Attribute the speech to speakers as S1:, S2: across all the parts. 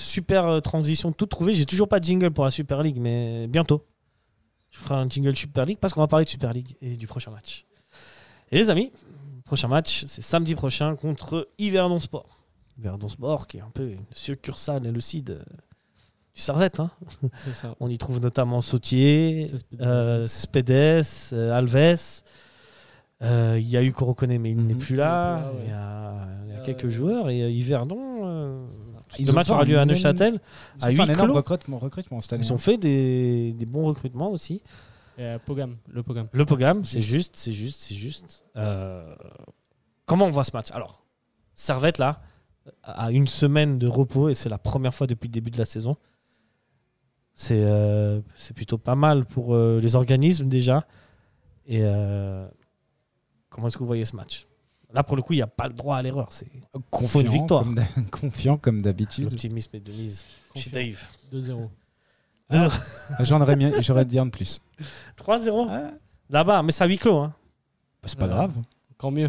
S1: Super euh, transition toute trouvée. J'ai toujours pas de jingle pour la Super League, mais bientôt. Je ferai un jingle Super League parce qu'on va parler de Super League et du prochain match. Et les amis, prochain match, c'est samedi prochain contre Yverdon Sport. Yverdon Sport qui est un peu une succursale et le CID euh, du Servette. hein.
S2: C'est ça.
S1: On y trouve notamment Sautier,
S2: C'est Spedes.
S1: euh, Spedes, euh, Alves. Euh, Il y a eu Corocone, mais il n'est
S2: Mhm.
S1: plus là.
S2: Il est plus là, ouais.
S1: Il y a, il y a
S2: Euh,
S1: quelques joueurs. Et euh, Yverdon, euh,
S3: Ils
S1: le
S3: ont
S1: match
S3: fait
S1: aura
S3: un
S1: lieu à
S3: énorme-
S1: Neuchâtel. À
S3: Ils ont fait un
S1: huis
S3: énorme
S1: clos.
S3: recrutement, recrutement cette année. hein.
S1: Ils ont fait des, des bons recrutements aussi.
S2: Et, euh, Pogam, le Pogam.
S1: Le programme, c'est juste, c'est juste, c'est juste. Euh, comment on voit ce match Alors, Servette, là, a une semaine de repos et c'est la première fois depuis le début de la saison. C'est euh, c'est plutôt pas mal pour euh, les organismes déjà. Et euh, comment est-ce que vous voyez ce match Là, pour le coup, il n'y a pas le droit à l'erreur. C'est
S3: confiant,
S1: Faut une victoire.
S3: Comme d'hab- confiant comme d'habitude.
S1: l'optimisme est de mise chez
S2: Confiant.
S1: Dave.
S2: 2-0.
S3: J'en aurais mis- Ah, j'aurais dit un de plus.
S1: 3-0
S3: Ah,
S1: là-bas, mais ça huis clos. Hein.
S3: bah, c'est pas
S2: Euh,
S3: grave.
S2: Encore mieux.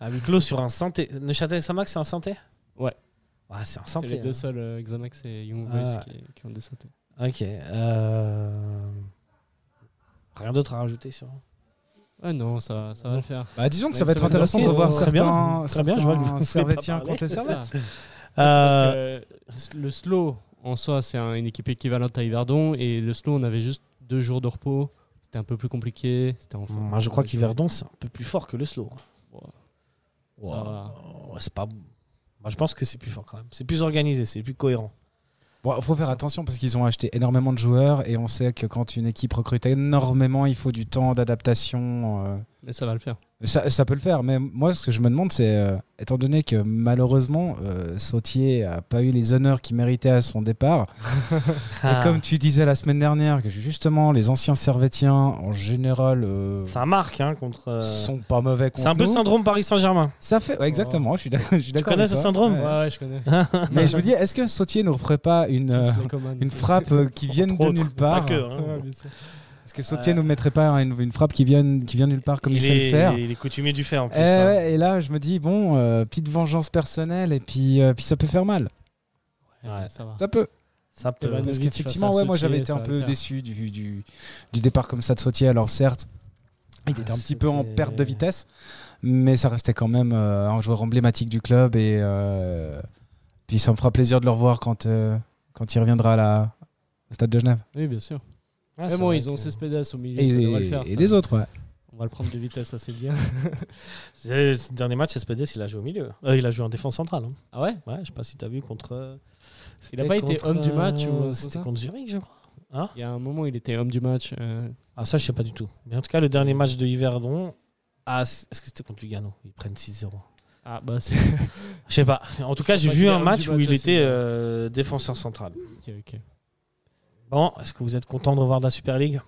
S1: À huis clos Ah sur un synthé. Neuchâtel et Saint-Max, c'est un synthé
S2: Ouais.
S1: Ouais, c'est un
S2: C'est
S1: synthé.
S2: les deux
S1: hein.
S2: seuls euh, Xanax et Young
S1: Ah.
S2: Boys qui, qui ont des synthés.
S1: Ok. euh, Rien d'autre à rajouter sur.
S2: Ah non, ça, ça va le faire.
S3: Bah, disons que ça
S2: Même
S3: va être
S2: semaine
S3: intéressant de
S2: bloquée,
S3: revoir
S2: euh,
S1: très bien.
S3: certains,
S1: Très bien, je vois que vous
S3: certains
S1: voulez pas
S3: Servettiens
S1: parler.
S3: contre le
S1: C'est
S3: Servette.
S2: ça. Ah,
S1: Euh,
S2: Euh, Parce que le slow, en soi, c'est un- une équipe équivalente à Yverdon. Et le slow, on avait juste deux jours de repos. C'était un peu plus compliqué. C'était en forme.
S1: Moi, je crois qu'Hiverdon, c'est un peu plus fort que le slow.
S2: Ouais.
S1: Ouais,
S2: Ça va.
S1: ouais, c'est pas. Moi, je pense que c'est plus fort quand même. C'est plus organisé, c'est plus cohérent.
S3: Bon, faut faire attention parce qu'ils ont acheté énormément de joueurs et on sait que quand une équipe recrute énormément, il faut du temps d'adaptation. euh,
S2: Mais ça va le faire.
S3: Ça, ça peut le faire, mais moi, ce que je me demande, c'est, euh, étant donné que malheureusement, euh, Sautier a pas eu les honneurs qu'il méritait à son départ,
S1: Ah.
S3: et comme tu disais la semaine dernière, que justement, les anciens Servetiens, en général, euh,
S1: Ça marque hein, contre. euh,
S3: sont pas mauvais contre
S1: C'est un peu le
S3: nous.
S1: syndrome Paris Saint-Germain.
S3: Ça fait, ouais, exactement, je suis d'ac- je suis d'accord.
S1: connais
S3: avec
S1: ce
S3: toi.
S1: syndrome
S3: Ouais.
S2: Ouais, ouais, je connais.
S3: Mais je me dis, est-ce que Sautier nous referait pas une, euh,
S2: Slacoman.
S3: une frappe euh, qui vienne
S1: Entre
S3: de
S1: autres,
S3: nulle part
S1: Pas que. hein.
S2: Ouais, bien sûr.
S3: Est-ce que Sautier nous mettrait pas une, une frappe qui vient, qui vient nulle part comme il,
S1: il,
S3: sait
S1: est,
S3: le faire
S1: il est- il est coutumier du fer en plus.
S3: Eh
S1: hein.
S3: ouais, et là, je me dis, bon, euh, petite vengeance personnelle, et puis, euh, puis ça peut faire mal.
S1: Ouais.
S2: Ça va.
S3: Ça peut.
S1: Ça peut.
S2: Stéphane-
S3: Parce
S2: Euh, Ivanovic
S3: qu'effectivement,
S2: face à
S3: ouais, moi,
S2: Sautier,
S3: j'avais été
S2: ça
S3: un
S2: va
S3: peu
S2: faire.
S3: déçu du, du, du départ comme ça de Sautier. Alors, certes, il
S1: Ah,
S3: était un petit peu en
S1: c'était-
S3: perte de vitesse, mais ça restait quand même euh, un joueur emblématique du club. Et euh, puis, ça me fera plaisir de le revoir quand, euh, quand il reviendra à la, au Stade de Genève.
S2: Oui, bien sûr.
S1: Ouais,
S2: Mais
S1: c'est
S2: Eh bon,
S1: vrai
S2: ils ont
S1: que-
S2: Cespedes au milieu.
S3: Et,
S2: ça devrait le
S3: et-
S2: faire,
S3: et
S2: ça.
S3: les autres, ouais.
S2: On va le prendre de vitesse, ça c'est bien.
S1: C'est- Ce dernier match, Espedes, il a joué au milieu. Euh, il a joué en défense centrale. hein.
S2: Ah ouais
S1: Ouais, je sais pas si t'as vu contre. euh,
S2: Il
S1: c'était
S2: a pas été
S1: contre,
S2: homme du match
S1: euh,
S2: ou, euh,
S1: C'était
S2: comme ça
S1: contre Zurich, je crois.
S2: Il y a un moment, il était homme du match. euh,
S1: Ah, ça, je sais pas du tout. Mais en tout cas, le dernier match de Yverdon. Ah, c- est-ce que c'était contre Lugano Ils prennent 6-0.
S2: Ah bah c'est.
S1: Je sais pas. En tout cas, j'ai
S2: pas qu'il
S1: vu
S2: est
S1: un
S2: homme
S1: match
S2: du
S1: où
S2: match, hein.
S1: il
S2: là, c'est
S1: était
S2: bien.
S1: euh, défenseur central.
S2: ok, ok.
S1: Bon, est-ce que vous êtes content de revoir de la Super League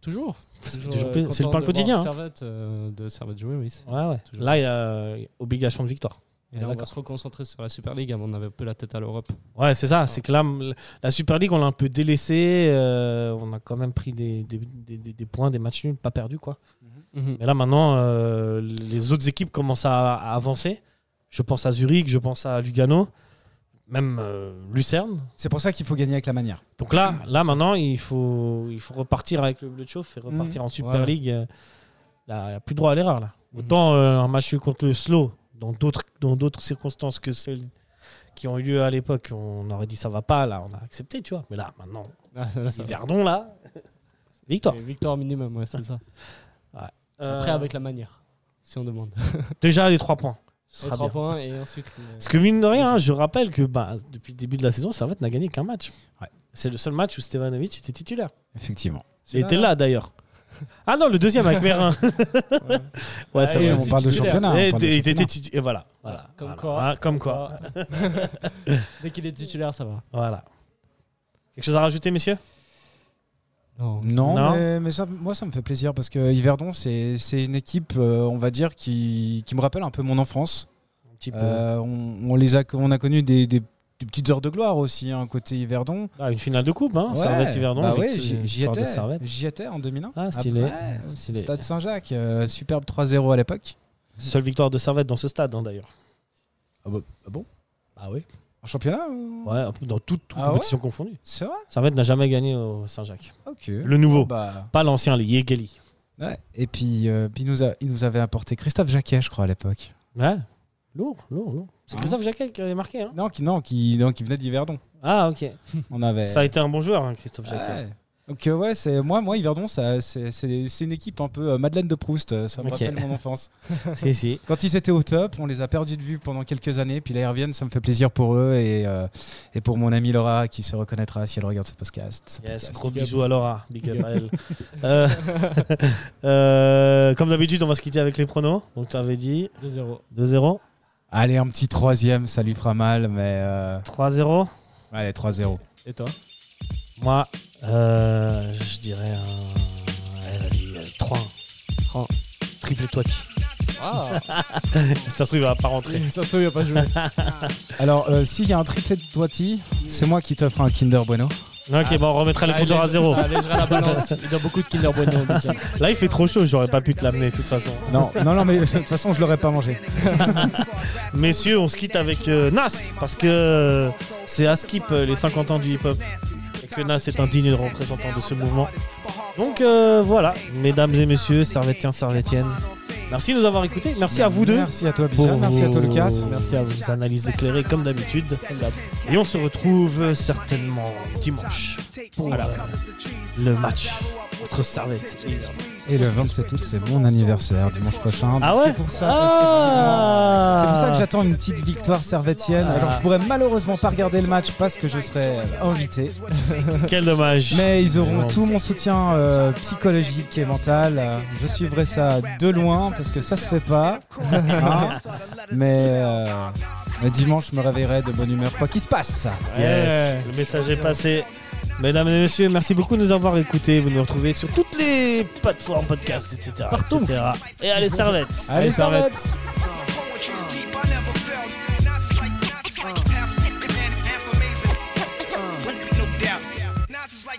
S2: Toujours.
S1: toujours
S2: euh,
S1: plaisir. C'est le
S2: content
S1: pain
S2: de
S1: quotidien, hein.
S2: voir Servette, euh, de Servette jouer, oui. c'est-
S1: Ouais, ouais.
S2: Toujours.
S1: Là, il y a euh, obligation de victoire.
S2: Et là, on va se reconcentrer sur la Super League. Avant, on avait un peu la tête à l'Europe.
S1: Ouais, c'est ça. C'est que là, m- la Super League, on l'a un peu délaissée. euh, on a quand même pris des, des- des- des- des points, des matchs nuls, pas perdus, quoi. Mais là, maintenant, euh, les autres équipes commencent à, à avancer. Je pense à Zurich, je pense à Lugano, même euh, Lucerne.
S3: C'est pour ça qu'il faut gagner avec la manière.
S1: Donc là, là maintenant, il faut, il faut repartir avec le bleu de chauffe et repartir en Super
S2: Mhm. Ouais.
S1: League. Euh, Là, il n'y a plus droit à l'erreur. là.
S2: Mhm.
S1: Autant euh, un match contre le Slow, dans d'autres dans d'autres circonstances que celles qui ont eu lieu à l'époque, on aurait dit ça va pas, là, on a accepté, tu vois. Mais là, maintenant,
S2: Ah, là, ça va.
S1: Verdon, là, victoire.
S2: Et Victoire minimum, ouais, c'est ça. Après,
S1: Euh,
S2: avec la manière, si on demande.
S1: Déjà les trois points. Ce
S2: Les
S1: sera
S2: trois
S1: bien.
S2: points et ensuite. euh, le-
S1: Parce que mine de rien, hein, je rappelle que bah, depuis le début de la saison, Servette n'a gagné qu'un match.
S3: Ouais.
S1: C'est le seul match où Stevanovic était titulaire.
S3: Effectivement.
S1: Il était là d'ailleurs. Ah non, le deuxième avec Ah Merin.
S2: Ouais.
S1: Ouais, c'est
S3: Et
S1: vrai.
S3: on parle de
S1: Titulaire.
S3: championnat, hein, on
S1: Et
S3: parle de
S1: il était
S3: championnat.
S1: titu- Et voilà. voilà.
S2: Comme
S1: Voilà.
S2: quoi.
S1: Ah, comme quoi.
S2: Dès qu'il est titulaire, ça va.
S1: Voilà. Quelque chose à rajouter, messieurs
S2: Non.
S3: Non,
S1: Non.
S3: mais, mais ça, moi ça me fait plaisir parce que Yverdon, c'est c'est une équipe, euh, on va dire, qui, qui me rappelle un peu mon enfance.
S1: Un petit peu.
S3: Euh, on, on les a, on a connu des, des- des petites heures de gloire aussi, hein, côté Yverdon.
S1: Ah, une finale de coupe, hein. Servette Yverdon.
S3: Bah
S1: avec
S3: ouais, j'y j'y
S1: l'histoire de
S3: étais,
S1: Servette.
S3: j'y étais en 2001.
S1: Ah, stylé,
S3: Après,
S1: stylé.
S3: bah Stade Saint-Jacques, euh, superbe 3-0 à l'époque.
S1: Seule victoire de Servette dans ce stade, hein, d'ailleurs.
S3: Ah,
S1: Ah oui.
S3: En championnat hein, ou-
S1: Ouais, un peu dans toutes toute
S3: Ah ouais
S1: compétitions confondues.
S3: C'est vrai
S1: Servette n'a jamais gagné au Saint-Jacques.
S3: Ok.
S1: Le nouveau,
S3: Bah,
S1: pas l'ancien, les Yegeli.
S3: ouais. Et puis, euh, puis il, nous a- il nous avait apporté Christophe Jacquet, je crois, à l'époque.
S1: Ouais, lourd, lourd, lourd. C'est
S3: Ah.
S1: Christophe Jacquet qui avait marqué. Hein
S3: Non, qui, non, qui, non, qui venait d'Hiverdon.
S1: ah, ok.
S3: On avait.
S1: Ça a été un bon joueur, hein, Christophe
S3: Ouais.
S1: Jacquet.
S3: Donc euh, ouais, c'est moi, moi Yverdon, ça, c'est, c'est- c'est une équipe un peu euh, Madeleine de Proust, euh, ça me
S1: Ok.
S3: rappelle mon enfance.
S1: si, si.
S3: Quand ils étaient au top, on les a perdus de vue pendant quelques années, puis là ils reviennent, ça me fait plaisir pour eux et, euh, et pour mon amie Laura qui se reconnaîtra si elle regarde ce podcast. ce
S1: Yes,
S3: podcast.
S1: gros bisous à Laura, big up à elle. Euh, euh, comme d'habitude, on va se quitter avec les pronos. Donc, tu avais dit
S2: 2-0.
S1: 2-0,
S3: Allez, un petit troisième, ça lui fera mal, mais euh,
S1: 3-0.
S3: allez 3-0.
S2: Et toi
S1: Moi, euh, je dirais un. Allez, vas-y, euh, 3 3 Triple toiti.
S2: Ah
S1: Ça se trouve, il va pas rentrer.
S2: Ça se trouve, il a pas joué.
S3: Alors euh, s'il y a un triplé de Doiti, c'est moi qui t'offre un Kinder Bueno.
S1: Ok, bon, on remettra les compteurs à zéro.
S2: Ça allégera la balance. Il doit beaucoup de Kinder Bueno. déjà.
S1: Là, il fait trop chaud, j'aurais pas pu te l'amener de toute façon.
S3: Non, non, non, mais euh, de toute façon je l'aurais pas mangé.
S1: Messieurs, on se quitte avec euh, Nas parce que euh, c'est à skip euh, les 50 ans du hip-hop et que Nas est un digne représentant de ce mouvement. Donc euh, voilà, mesdames et messieurs, servétiens, servétiennes, merci de nous avoir écoutés. Merci à vous deux
S3: Merci à toi,
S1: pour
S3: Bijan, merci à toi,
S1: vos-
S3: Lucas.
S1: Merci à vos analyses éclairées comme d'habitude. Et on se retrouve certainement dimanche pour euh, le match entre Servette et
S3: Et le 27 août, c'est mon anniversaire dimanche prochain.
S1: Ah
S3: Donc
S1: ouais
S3: C'est pour ça,
S1: Ah
S3: effectivement. C'est pour ça que j'attends une petite victoire servétienne.
S1: Ah.
S3: Alors, je pourrais malheureusement pas regarder le match parce que je serai invité.
S1: Quel dommage.
S3: Mais ils auront
S1: Bon.
S3: tout mon soutien euh, psychologique et mental. Euh, Je suivrai ça de loin parce que ça se fait pas. Hein mais, euh, mais dimanche, je me réveillerai de bonne humeur, quoi qu'il se passe.
S1: Yes,
S2: Ouais.
S1: le message est passé. Mesdames et messieurs, merci beaucoup de nous avoir écoutés. Vous nous retrouvez sur toutes les plateformes, podcasts, etc.
S2: Partout.
S1: etc. Et allez, servettes
S3: Allez,
S1: Servette.
S3: Servette
S4: My poetry's deep, I never felt. Knots like, knots like half, man, half amazing. No doubt. Knots is like,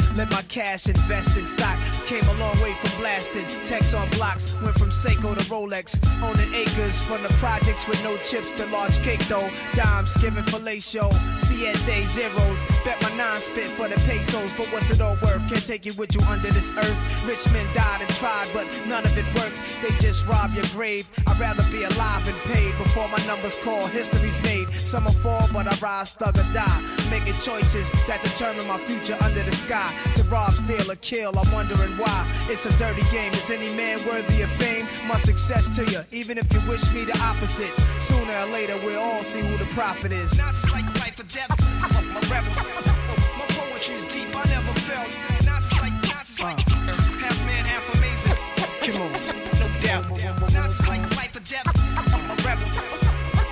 S5: Let my cash invest in stock. Came a long way from blasting. Text on blocks, went from Seiko to Rolex. Owning acres from the projects with no chips to large cake though. Dimes giving fellatio, siete zeros. Bet my nine spit for the pesos, but what's it all worth? Can't take it with you under this earth. Rich men died and tried, but none of it worked. They just rob your grave. I'd rather be alive and paid before my numbers call. History's made. Some will fall, but I rise, thug or die. Making choices that determine my future under the sky. To rob, steal, or kill, I'm wondering why. It's a dirty game. Is any man worthy of fame? My success to you, even if you wish me the opposite. Sooner or later, we'll all see who the prophet is.
S4: knots like life or death. My rebel. My poetry's deep, I never felt. Knots like, knots like
S5: Uh.
S4: half man, half amazing.
S5: Come on.
S4: No doubt. Knots like life or death. My rebel.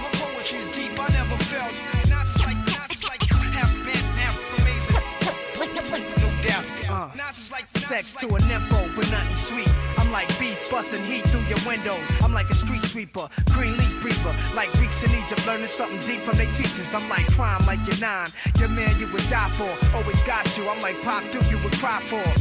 S4: My poetry's deep, I never felt. Knots like, knots like half man, half amazing. No doubt.
S5: Uh.
S4: Knots is like
S5: Sex to an info, but nothing sweet. I'm like beef busting heat through your windows. I'm like a street sweeper, green leaf reaper. Like Greeks in Egypt, learning something deep from their teachers. I'm like crime, like your nine. Your man you would die for, always got you. I'm like pop, dude, you would cry for.